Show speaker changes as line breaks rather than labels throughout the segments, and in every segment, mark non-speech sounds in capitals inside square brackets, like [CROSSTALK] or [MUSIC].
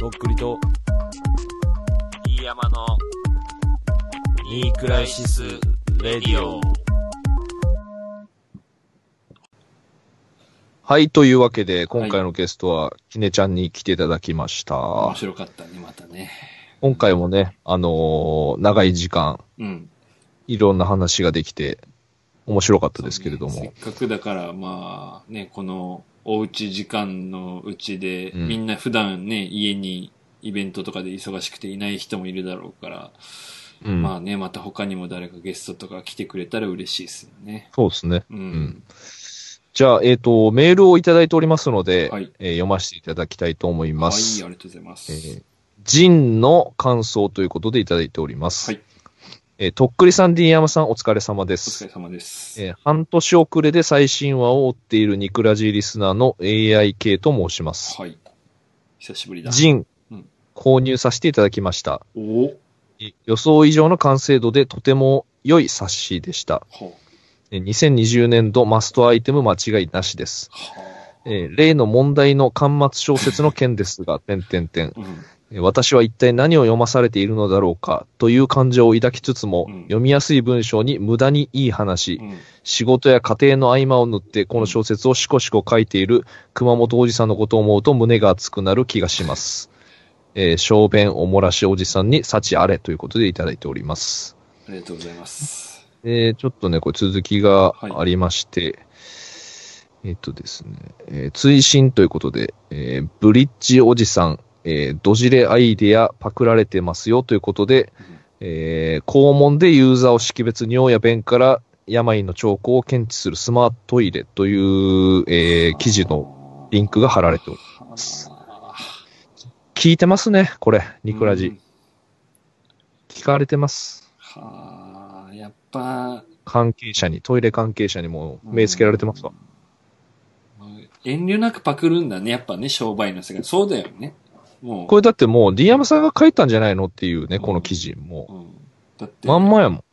とっくりと、
飯山の、
ニークライシス・レディオ。はい、というわけで、今回のゲストは、きねちゃんに来ていただきました。
面白かったね、またね。
今回もね、あのー長い時間、
うん。
いろんな話ができて、面白かったですけれども。
せっかくだから、まあ、ね、この、おうち時間のうちで、
うん
みんな普段ね、家に、イベントとかで忙しくていない人もいるだろうから、
うん
まあね、また他にも誰かゲストとか来てくれたら嬉しいですよね。
そうですね。
うん。
んじゃあ、えっ、と、メールをいただいておりますので、
はい
えー読ませていただきたいと思い
は
ま
い、あ
す。
りがとうございます。
えージンの感想ということでいただいております。
はい
えーとっくりさん、D 山さん、お疲れ様で
お疲
す
れ。様です。
えー半年遅れで最新話を追っているニクラジリスナーの AIK と申します。
はい。久しぶりだ。
ジン
うん、
購入させていただきました。
おお
え予想以上の完成度でとても良い冊子でした。
ほう
え2020年度マストアイテム間違いなしです。
は
えー例の問題の端末小説の件ですが、点点点。
あ。う
え
ん。
ー私は一体何を読まされているのだろうかという感情を抱きつつも、
うん
読みやすい文章に無駄にいい話、
うん。
仕事や家庭の合間を縫ってこの小説をしこしこ書いている熊本おじさんのことを思うと胸が熱くなる気がします。えー、小便おもらしおじさんに幸あれということでいただいております。
ありがとうございます。
えーちょっとね、これ続きがありまして、えっとですね、えー追伸ということで、えーブリッジおじさん、えードジレアイデアパクられてますよということで、えー肛門でユーザーを識別、尿や便から病の兆候を検知するスマートトイレという、えー記事の
の
リンクが貼られております。聞いてますね、これ、ニクラジ。
うん
聞かれてます。
はあ、やっぱ、
関係者に、トイレ関係者にも目つけられてますわ。
うん遠慮なくパクるんだね、やっぱね、商売の世界。そうだよね。もう。
これだってもう D 山さんが書いたんじゃないのっていうね、
うん
この記事。も
うん、だっ
う、
て、
まんまやもん。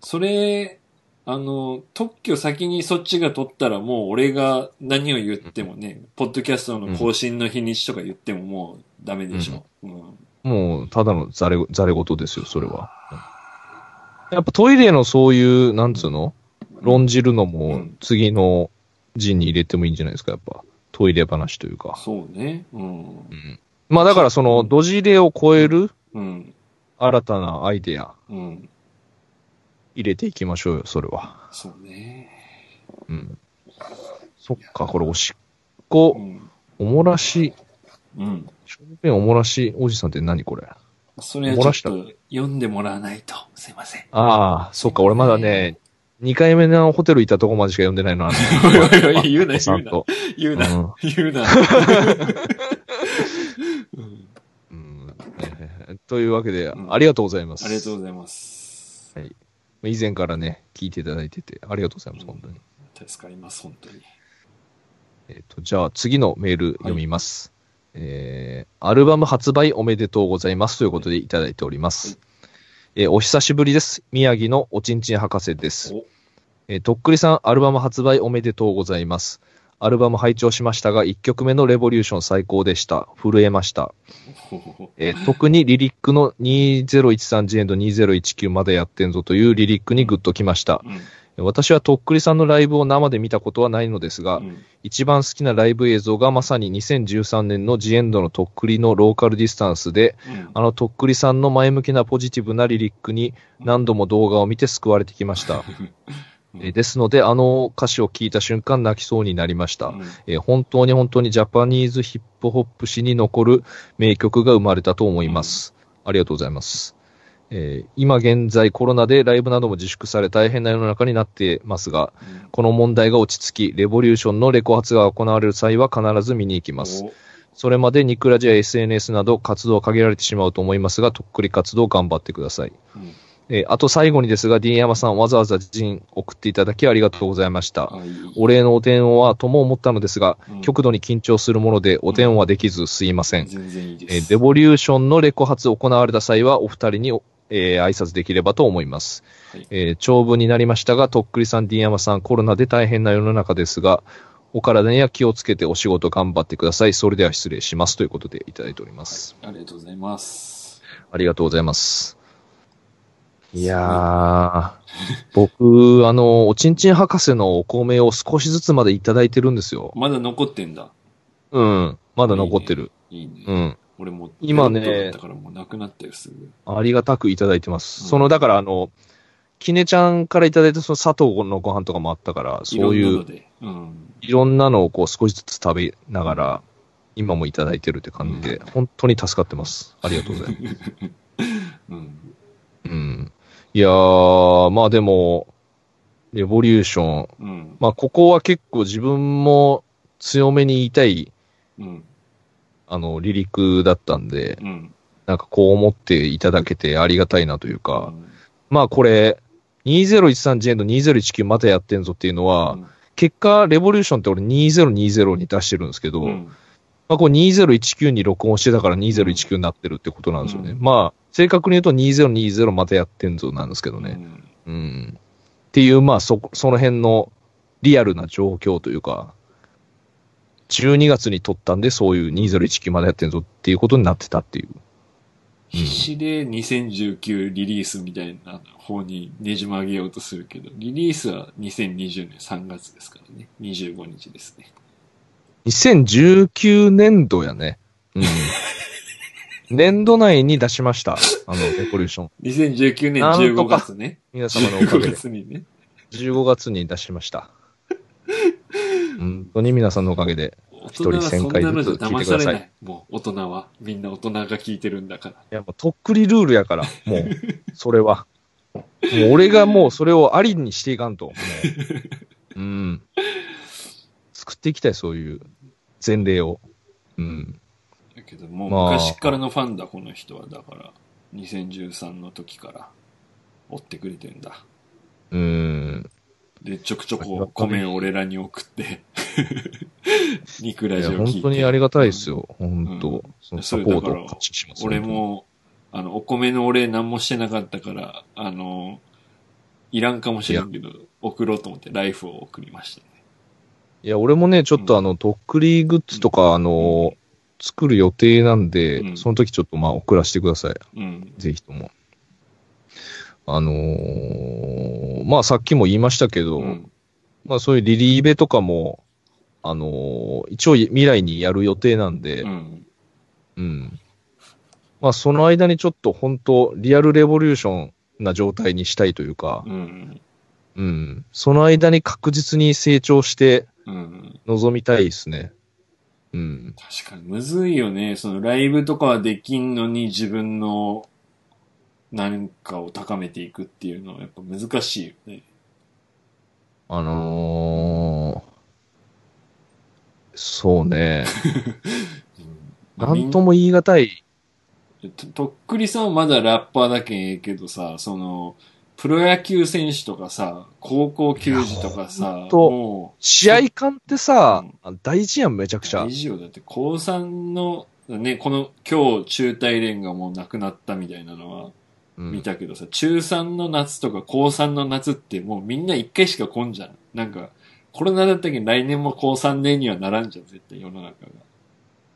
それ、あの、特許先にそっちが取ったらもう俺が何を言ってもね、ポッドキャストの更新の日にちとか言ってももうダメでしょ。うん。
もう、ただのザレ、ザレ事ですよ、それは。うんやっぱトイレのそういう、なんつうの論じるの
う
も
ん、
次の陣に入れてもいいんじゃないですか、やっぱ。トイレ話というか。
そうね。うん
う。んまあだからその、ドジレを超える
うん。
新たなアイデア、
うん。
入れていきましょうよ、それは。
そうね。
うん。そっか、これ、おしっこ
う、ん。
おもらし、
うん。
小便おもらしおじさんって何これ
それはちょっと読んでもらわないと。すいま
[LAUGHS]
せん。
ああ、そっか、俺まだね、2回目のホテル行ったとこまでしか読んでないの、あの
おいおいおい言うな
ちゃん
[LAUGHS]
と。
言うな。
うん
言うな。うん
うんねというわけで、
うん
ありがとうございます。
ありがとうございます。
以前からね、聞いていただいてて、ありがとうございます、本当に。
助かります、本当に。
えっ、と、じゃあ次のメール読みます。えー、アルバム発売おめでとうございますということでいただいております。えーお久しぶりです。宮城のおちんちん博士です
お。
えーとっくりさん、アルバム発売おめでとうございます。アルバム拝聴しましたが、1曲目のレボリューション最高でした。震えました。
ほほほ
えー特にリリックの 2013G&2019 までやってんぞというリリックにグッときました。
うん
私はとっくりさんのライブを生で見たことはないのですが、
うん
一番好きなライブ映像がまさに2013年のジエンドのとっくりのローカルディスタンスで、
うん
あのとっくりさんの前向きなポジティブなリリックに何度も動画を見て救われてきました。
うん
えですので、あの歌詞を聞いた瞬間泣きそうになりました。
うん
え本当に本当にジャパニーズヒップホップ史に残る名曲が生まれたと思います。ありがとうございます。えー今現在コロナでライブなども自粛され大変な世の中になってますが、この問題が落ち着き、レボリューションのレコ発が行われる際は必ず見に行きます。
お
それまでニクラジや SNS など活動は限られてしまうと思いますが、とっくり活動頑張ってください。
うん
えーあと最後にですが、D 山さんわざわざジン送っていただきありがとうございました。
あいい
お礼のお電話とも思ったのですが、
うん
極度に緊張するものでお電話できずすいません。
全然いい
えー
です。
レボリューションのレコ発行われた際はお二人にお、えー挨拶できればと思います、
はい
えー長文になりましたが、とっくりさん、D 山さん、コロナで大変な世の中ですが、お体には気をつけてお仕事頑張ってください。それでは失礼します。ということでいただいております。
ありがとうございます。
ありがとうございます。いやー、僕、あの、おちんちん博士のお米を少しずつまでいただいてるんですよ。
まだ残ってんだ。
うん。まだ残ってる。
いいね。
うん。
俺もう
今ね
ペットだったからもうなくなったよ、すぐ。
ありがたくいただいてます。
うん
その、だから、あの、きねちゃんからいただいたその佐藤のご飯とかもあったから、そう
ろんな
いう
の、で。うん。
いろんなのをこう少しずつ食べながら、今もいただいてるって感じで、本当に助かってます。ありがとうございます。
[LAUGHS] うん。
うん。いやー、まあでも、レボリューション。
うん。
まあここは結構自分も強めに言いたい、
うん。
あの、離陸だったんで、
うん。
なんかこう思っていただけてありがたいなという
う
か、
ん
まあこれ、2013J の2019またやってんぞっていうのは、
うん
結果、レボリューションって俺2020に出してるんですけど、
うん
まあこれ2019に録音してたから2019になってるってことなんですよね。
うん
まあ、正確に言うと2020またやってんぞなんですけどね。
うん
うんっていう、まあそ、その辺のリアルな状況というか、12月に撮ったんで、そういう2019までやってんぞっていうことになってたっていう。
必死で2019リリースみたいな方にねじ曲げようとするけど、リリースは2020年3月ですからね。25日ですね。
2019年度やね。うん。年度内に出しました。あの、レコリューション。
2019年
なんと
15
か
月ね。
皆様のおか
15
げで。
月にね。
15月に出しました。本当に皆さんのおかげで。
大
人
人
は
は
そ
そ
ん
ん
な
な
の
の
じ
じ
ゃ
ゃ
騙さ
騙さ
れ
れ
な
ないい。もう大人は、みんな大人が聞いてるんだから。
いや、もうとっくりルールやから、もう、それは。もう俺がもうそれをありにしていかんと。もううん。作っていきたい、そういう前例を。うん。
だけど、もう
まあ
昔からのファンだ、この人は。だから、2013の時から追ってくれてんだ。
うん。
で、ちょくちょくコメン俺らに
[LAUGHS]
送って、ニク
い
ラ
や、
ジオ
本
聞
当
い
に
て。
ありがたいですよ。本当、
うん
そのサ
そ
ポ
れ
ー
だ
ト
か
を
ら
感謝します。
俺も、あの、お米のお礼何もしてなかったから、あの、いらんかもしれんけど、送ろうと思ってライフを送りましたね。
いや、俺もね、ちょっとあの、とっくりグッズとか、あの、作る予定なんで、
うん
その時ちょっとまあ送らせてください。
うん。
ぜひとも。あのーまあさっきも言いましたけど、
うん。
まあそういうリリーベとかも、あのー一応未来にやる予定なんで、
う
うん。
ん。
まあその間にちょっと本当リアルレボリューションな状態にしたいというか、
うん。
うん。その間に確実に成長して
うん。
臨みたいですね。うん。
確かに、むずいよね。そのライブとかはできんのに自分の何かを高めていくっていうのはやっぱ難しいよね。
あのーそうね。
うん
なんとも言い難い。
ととっくりさんはまだラッパーだけんええけどさ、その、プロ野球選手とかさ、高校球児とか
いやほ
さ
ん、と
もう、
試合感ってさ、大事やん、めちゃくちゃ
大。事よ。だって、高3の、ね、この、今日中大連がもうなくなったみたいなのは、
うん
見たけどさ、中3の夏とか高3の夏ってもうみんな一回しか来んじゃん。なんか、コロナだったけど来年も高3年にはならんじゃん、絶対世の中が。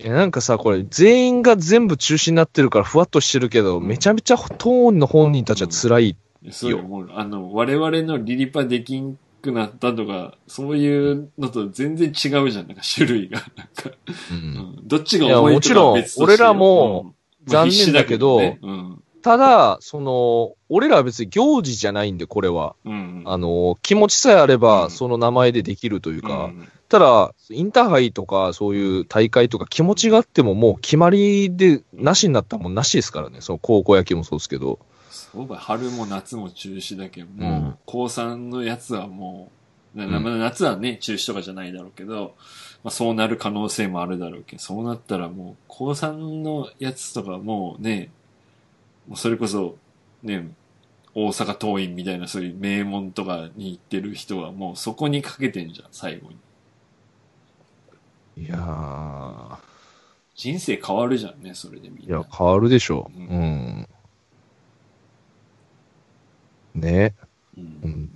いや、なんかさ、これ、全員が全部中止になってるから、ふわっとしてるけど、
うん
めちゃめちゃ当人の本人たちは辛い。
そう思う。あの、我々のリリパできんくなったとか、そういうのと全然違うじゃん、なんか種類が。なんか、うんどっちが重いとかは別として
いやもちろん俺らも、
うんまあ
残念だけど
必死だね
ただ、その、俺らは別に行事じゃないんで、これは。
うん。うん。
あの、気持ちさえあれば、
うん
その名前でできるという
う
か、
ん
ただ、インターハイとか、そういう大会とか、気持ちがあっても、もう決まりで、なしになったらもんなしですからね。その、高校野球もそうですけど。
そうばい、春も夏も中止だけど、
う
も
ん
う、高3のやつはもう、なな
う
夏はね、中止とかじゃないだろうけど、まあ、そうなる可能性もあるだろうけど、そうなったらもう、高3のやつとかもうね、もうそれこそ、ね、大阪桐蔭みたいなそういう名門とかに行ってる人はもうそこにかけてんじゃん、最後に。
いやー、
人生変わるじゃんね、それでみ
い
んな。
や、変わるでしょう。
うん
うん。ね。
うん
うん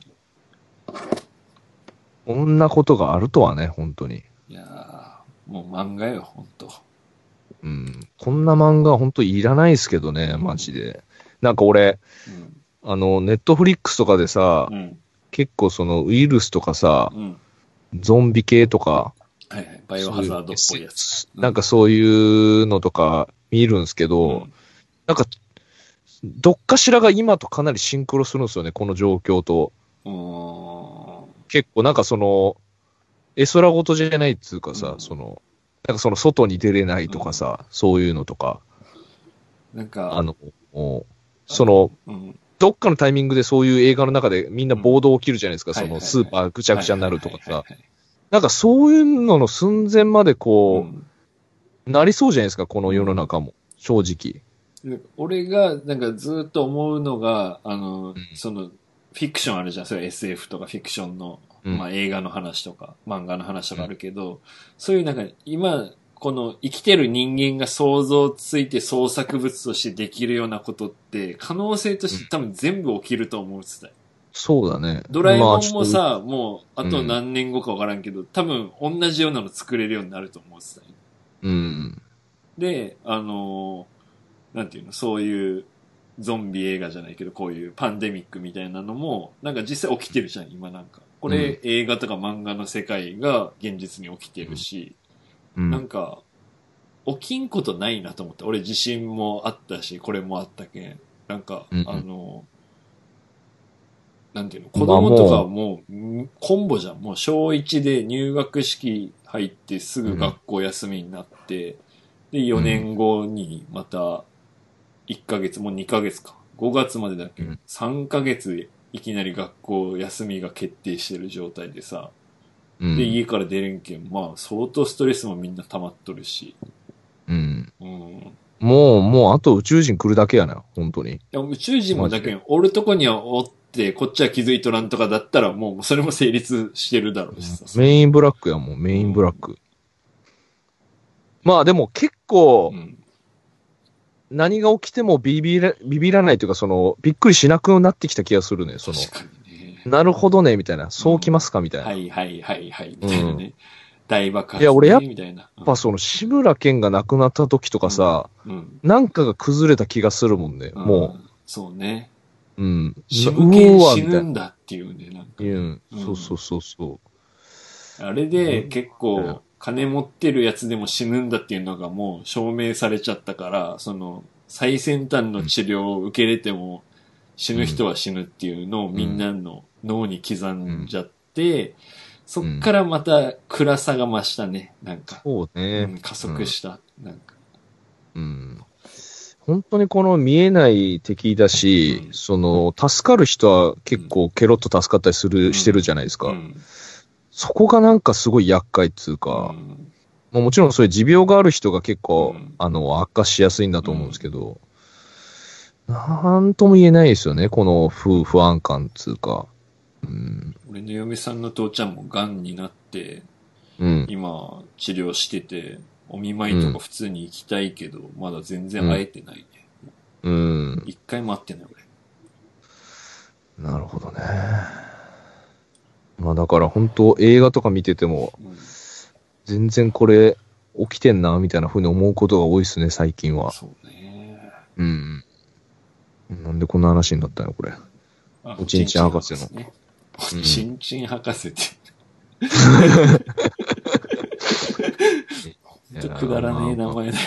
こんなことがあるとはね、本当に。
いやーもう漫画よ、ほんと。
うん。こんな漫画本当いらないですけどね、マジで。なんか俺、
うん。
あの、ネットフリックスとかでさ
う、ん。
結構そのウイルスとかさ、
うん。
ゾンビ系とか、
はいはい。バイオハザードっぽいやつ。
そういうなんかそういうのとか見るんですけど、
うん
なんか、どっかしらが今とかなりシンクロするんですよね、この状況と。
うーん。
結構なんかその、絵空事じゃないっつうかさ、
うん
その、なんかその外に出れないとかさ、そういうのとか、
なんか、
あの、おその、
うん、
どっかのタイミングでそういう映画の中でみんな暴動起きるじゃないですか、
うん
そ
はいはい
の
はい
スーパーぐちゃぐちゃになるとか
は
さ
い。はいはいはい
なんかそういうのの寸前までこ
うん
う、なりそうじゃないですか、この世の中も。正直。
俺が、なんかずっと思うのが、あの、
ん
その、フィクションあるじゃん。それ SF とかフィクションの、
うん
まあ映画の話とか、漫画の話とかあるけど、そういうなんか、今、この生きてる人間が想像ついて創作物としてできるようなことって、可能性として多分全部起きると思うってたよ
そうだね。
ドラえ
ま
もんも
あちょっ
さ、もう、あと何年後かわからんけど、多分同じようなの作れるようになると思うってたよ
とうん。
で、あのーなんていうの、そういうゾンビ映画じゃないけど、こういうパンデミックみたいなのも、なんか実際起きてるじゃん、今なんか。これ、
うん
映画とか漫画の世界が現実に起きてるし、
う
なん
ん。
か、起きんことないなと思って、俺自信もあったし、これもあったけん。なんか、
うんうん
あのーなんていうの、子供とかはもう、んコンボじゃん。もう小1で入学式入ってすぐ学校休みになって、で、4年後にまた、1ヶ月、もう2ヶ月か。5月までだっけ、
うん
?3 ヶ月いきなり学校休みが決定してる状態でさ、
うん
で、家から出れんけん、まあ、相当ストレスもみんな溜まっとるし、
うん。
うん。い
もう、もう、あと宇宙人来るだけやな、本当に。
や宇宙人もだけん、おるとこにはおって、こっちは気づいとらんとかだったら、もう、それも成立してるだろうしさ。
メインブラックやもん、メインブラック。まあでも結構
う、ん。
何が起きてもビビら、ビビらないというか、その、びっくりしなくなってきた気がするね、その、
確かにね。
なるほどね、みたいな、そうきますか、みたいな。
は
や
いはいはいはい、みたいなね。大爆発、
い
ね。
や俺やっ
みたいな。
っぱその、志村けんが亡くなった時とかさ、
うん。
なんかが崩れた気がするもんね、
うん
も
うん。そうね。
う。うん。
死
う
ぬけん
わ
死
みた
ぬ
いな。
んだっていうね、なんか
う。ん。
うん
そうそうそうそ
あれで
うん
結
うん
構金持ってるやつでも死ぬんだっていうのがもう証明されちゃったから、その最先端の治療を受けれても死ぬ人は死ぬっていうのをみんなの脳に刻んじゃって、そっからまた暗さが増したね、なんか。
う。そうね。
うん加速した。なんか。
うん本当にこの見えない敵だし、
うん
その、助かる人は結構ケロッと助かったりする、
うん
してるじゃないですか。
うん
そこがなんかすごい厄介っつう
う
か、
ん
まあもちろんそういう持病がある人が結構、
うん
あの、悪化しやすいんだと思うんですけど、なんとも言えないですよね、この不不安感っつうか。うん。
俺の嫁さんの父ちゃんも癌になって、
うん。
今治療してて、お見舞いとか普通に行きたいけど、まだ全然会えてないね。
うん。
一回も会ってない俺。
なるほどね。まあだから本当映画とか見てても、全然これ起きてんな、みたいな風に思うことが多いですね、最近は。
そうね。
うん。なんでこんな話になったのこれ。
あ
おちんちん博士のう
ね
ん
おちんちん博士って。本当くだらねえ名前だよ。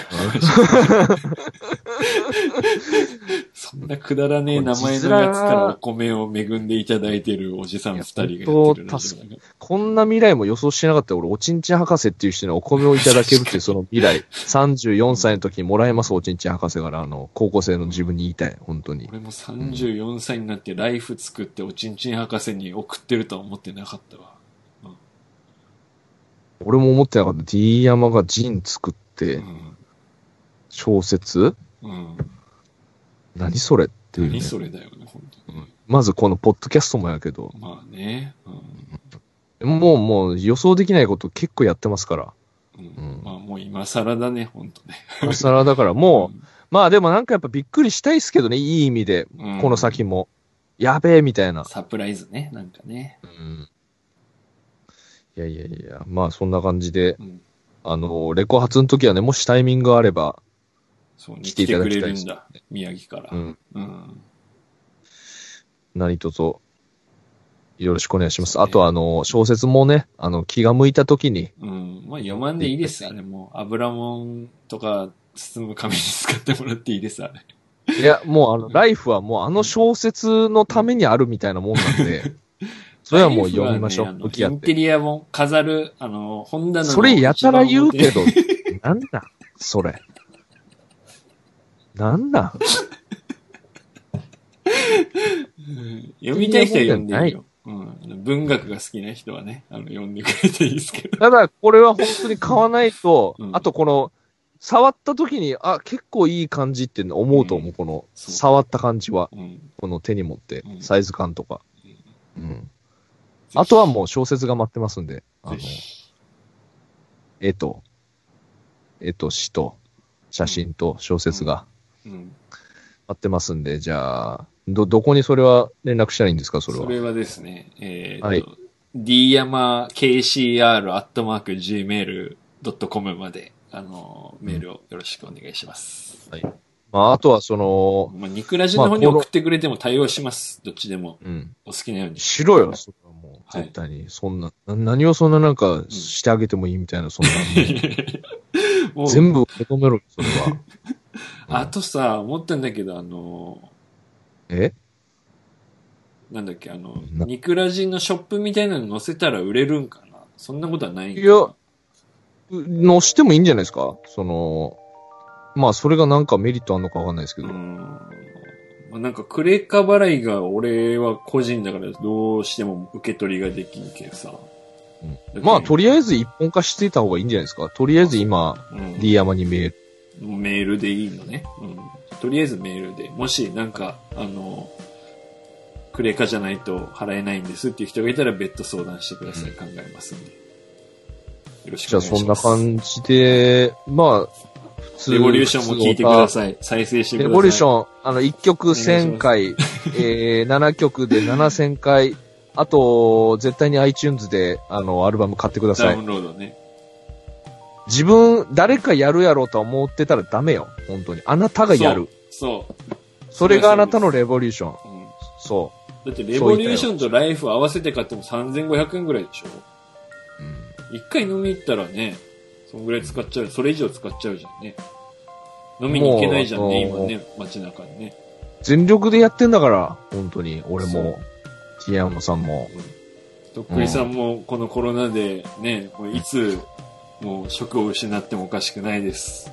そんなくだらねえ名前のやつからお米を恵んでいただいてるおじさん二人がやってるラジオだから
こんな未来も予想してなかったら俺、おちんちん博士っていう人にお米をいただけるっていうその未来。34歳の時にもらえます、おちんちん博士から、あの、高校生の自分に言いたい、本当に。
俺も34歳になってライフ作っておちんちん博士に送ってるとは思ってなかったわ。
俺も思ってなかった。D 山がジン作っ
う
て、
ん。
小説
うん。
何それっていう、ね
何。それだよね、本当に。
まずこのポッドキャストもやけど、
まあね。うん。
もうもう予想できないこと結構やってますから。
うん
うん
まあもう今更だね、本当ね。
今更だからもう、まあでもなんかやっぱびっくりしたいですけどね、いい意味で。
うん
この先も。やべえ、みたいな。
サプライズね、なんかね。
うんいやいやいや、まあそんな感じで、
うん
あの、レコ発の時はね、もしタイミングがあれば、
そうね、
来
来
て
て
いただ
く
き
れ
たい
る
で
ん
す
だ、宮城から。
うん、
うん。
何卒よろしくお願いします。
そう
あ
ですね
とあの、小説もね、あの、気が向いた時に、
うん。まあ、読まんでいいです、あれもう。油もんとか、包む紙に使ってもらっていいです、あれ。
いや、もうあの、ライフはもうあの小説のためにあるみたいなもんなん
[LAUGHS]
で、それはもう読みましょ
ライ
う。
フはねあの
向き合
イ
っ
ンテ
て。
リアも飾る、あの、本棚の。
それやたら言うけ。
[LAUGHS]
ど、なんなんそれ。なんなん
読みたい人は読んでいいよ。うんあの。文学が好きな人はね、あの、読んでくれていいですけど。
ただ、これは本当に買わないと、
うん
あとこの、触った時に、あ、結構いい感じって思うと思う、
うん
この、
そう
触った感じは、
うん。
この手に持って、
うん
サイズ感とか。うん。あとはもう小説が待ってますんで、あの
ぜ、ひ
絵と、絵と詩と、写真と小説が
うん。
待ってますんで、じゃあ、ど、どこにそれは連絡したらいいんですか、それは。
それはですね、え
は
ー
い
っと、dyamakcr.gmail.com まで、あの、メールをよろしくお願いします。
まあ、あとはその、
まあ、ニクラジの方に
まあこの
送ってくれても対応します。どっちでも、
うん。
お好きなよう
[LAUGHS]
に。
しろよ、それはもう、
はい
絶対に。そんな、な何をそんななんかしてあげてもいいみたいな、そん
[LAUGHS]
な。
もう
全部求めろよ、それは。
[LAUGHS] あとさ、思ったんだけど、あの、
え
なんだっけ、あの、
な
ニクラジのショップみたいなの載せたら売れるんかなそんなことはないんか
いやのしてもいいんじゃないですかその、まあ、それがなんかメリットあるのかわかんないですけ
う
ど。
ーん。まあなんか、クレカ払いが俺は個人だからどうしても受け取りができんけどさ。
まあ、とりあ
え
えず一本化していた方がいいんじゃないですかとりあえず今、
ず、うん、
D 山にメール。
メールでいいのね。うん。とりあえずメールで。もし、なんか、あの、クレカじゃないと払えないんですっていう人がいたら別途相談してください。
うん
考えますんで。よろしく
じゃ
お
あ、
願いし
そんな
ます。
感じで、まあ、普通
レボリューションも聞いてください。再生してくだ
レ
さい。
ボリューシ
ン。
ョン、あの、1曲1000回、
[LAUGHS]
えー、7曲で7000回、あと、絶対に iTunes で、あの、アルバム買ってくださ
ダ
い
ウ。ンロードね。
自分、誰かやるやろうとは思ってたらダメよ。本当に。あなたがやる。
そ
それがあなたのレボリューション。
う。うん
そ
だってレボリューションとライフ合わせて買っても3500円ぐらいでしょ
う。
一回飲み行ったらね、そんぐらい使っちゃう、それ以上使っちゃうじゃんね。飲みに行けないじゃんね、
も
今
う
ね、街中にね。
全力でやってんだから、本当に。俺
そ
も、ティアンモさんも。
とっくりさんもこのコロナでね、もういつ、もう職を失ってもおかしくないです。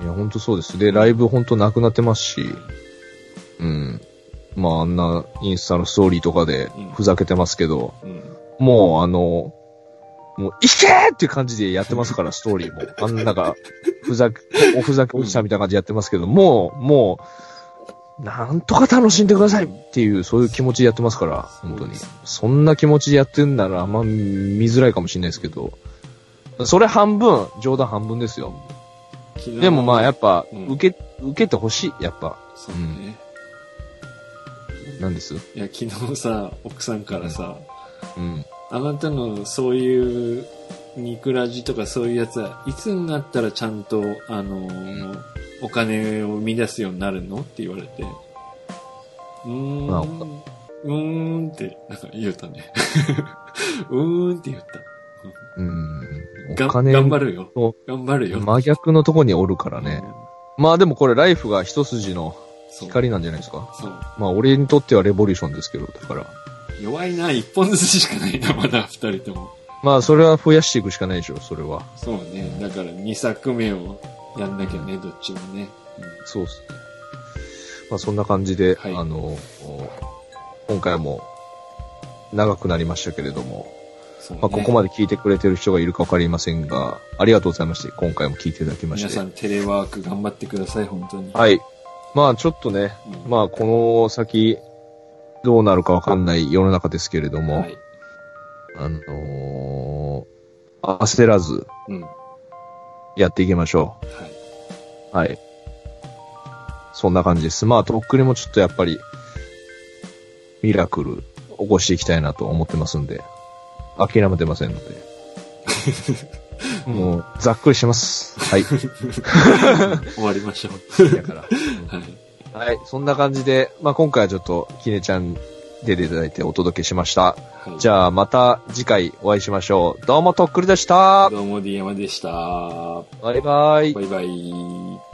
いや、本当そうです。で、ライブ本当なくなってますし、うん。まあ、あんなインスタのストーリーとかで
うん
ふざけてますけど、
うん。
もうあの、もう、いけーっていう感じでやってますから、ストーリーも。あんなが、ふざけ、おふざけおじさんみたいな感じでやってますけど、もう、もう、なんとか楽しんでくださいっていう、そういう気持ちでやってますから、本当に。そんな気持ちでやってんなら、あんま見づらいかもしれないですけど、それ半分、冗談半分ですよ。
昨日
でもまあ、やっぱ、
うん
受け、受けてほしい、やっぱ。
そうね。
なんです
いや、昨日さ、奥さんからさ、
うん。
あなたのそういうニクラジとかそういうやつはいつになったらちゃんと、あのーお金を生み出すようになるのって言われて。うーん。
まあ
うーんって、なんか言うたね。 [LAUGHS] うーんって言った。
うん。
が
お金
頑張るよ
と。
頑張るよ。
真逆のとこにおるからね。まあでもこれ、ライフが一筋の
そう。
光なんじゃないですか。
そう。
まあ俺にとってはレボリューションですけど、だから。
弱いな、一本ずつしかないな、 [LAUGHS] まだ二人とも。
まあそれは増やしていくしかないでしょ、それは。
そうね。だから二作目をやんなきゃね、どっちもね。
そうですね。まあそんな感じで、
はい
あの、お今回も長くなりましたけれども、
そうね
まあここまで聞いてくれてる人がいるかわかりませんが、ありがとうございまして、今回も聞いていただきまして。
皆さんテレワーク頑張ってください、本当に。
はい。まあちょっとね、
うん
まあこの先どうなるかわかんない世の中ですけれども、
はい。
あのー焦らず
うん。は
やっていきましょう。
い。
はい。そんな感じです。まあとっくりもちょっとやっぱり [LAUGHS] ミラクル起こしていきたいなと思ってますんで、諦めてませんので、もう、ざっくりします。はい。
終わりましょ
だ [LAUGHS] から。
う。 [LAUGHS] はい。
はい、そんな感じで、まあ、今回はちょっと、きねちゃん出ていただいてお届けしました。
はい、
じゃあ、また次回お会いしましょう。どうもとっくりでした。
どうも、D 山でした。
バイバイ
バ。イバイ。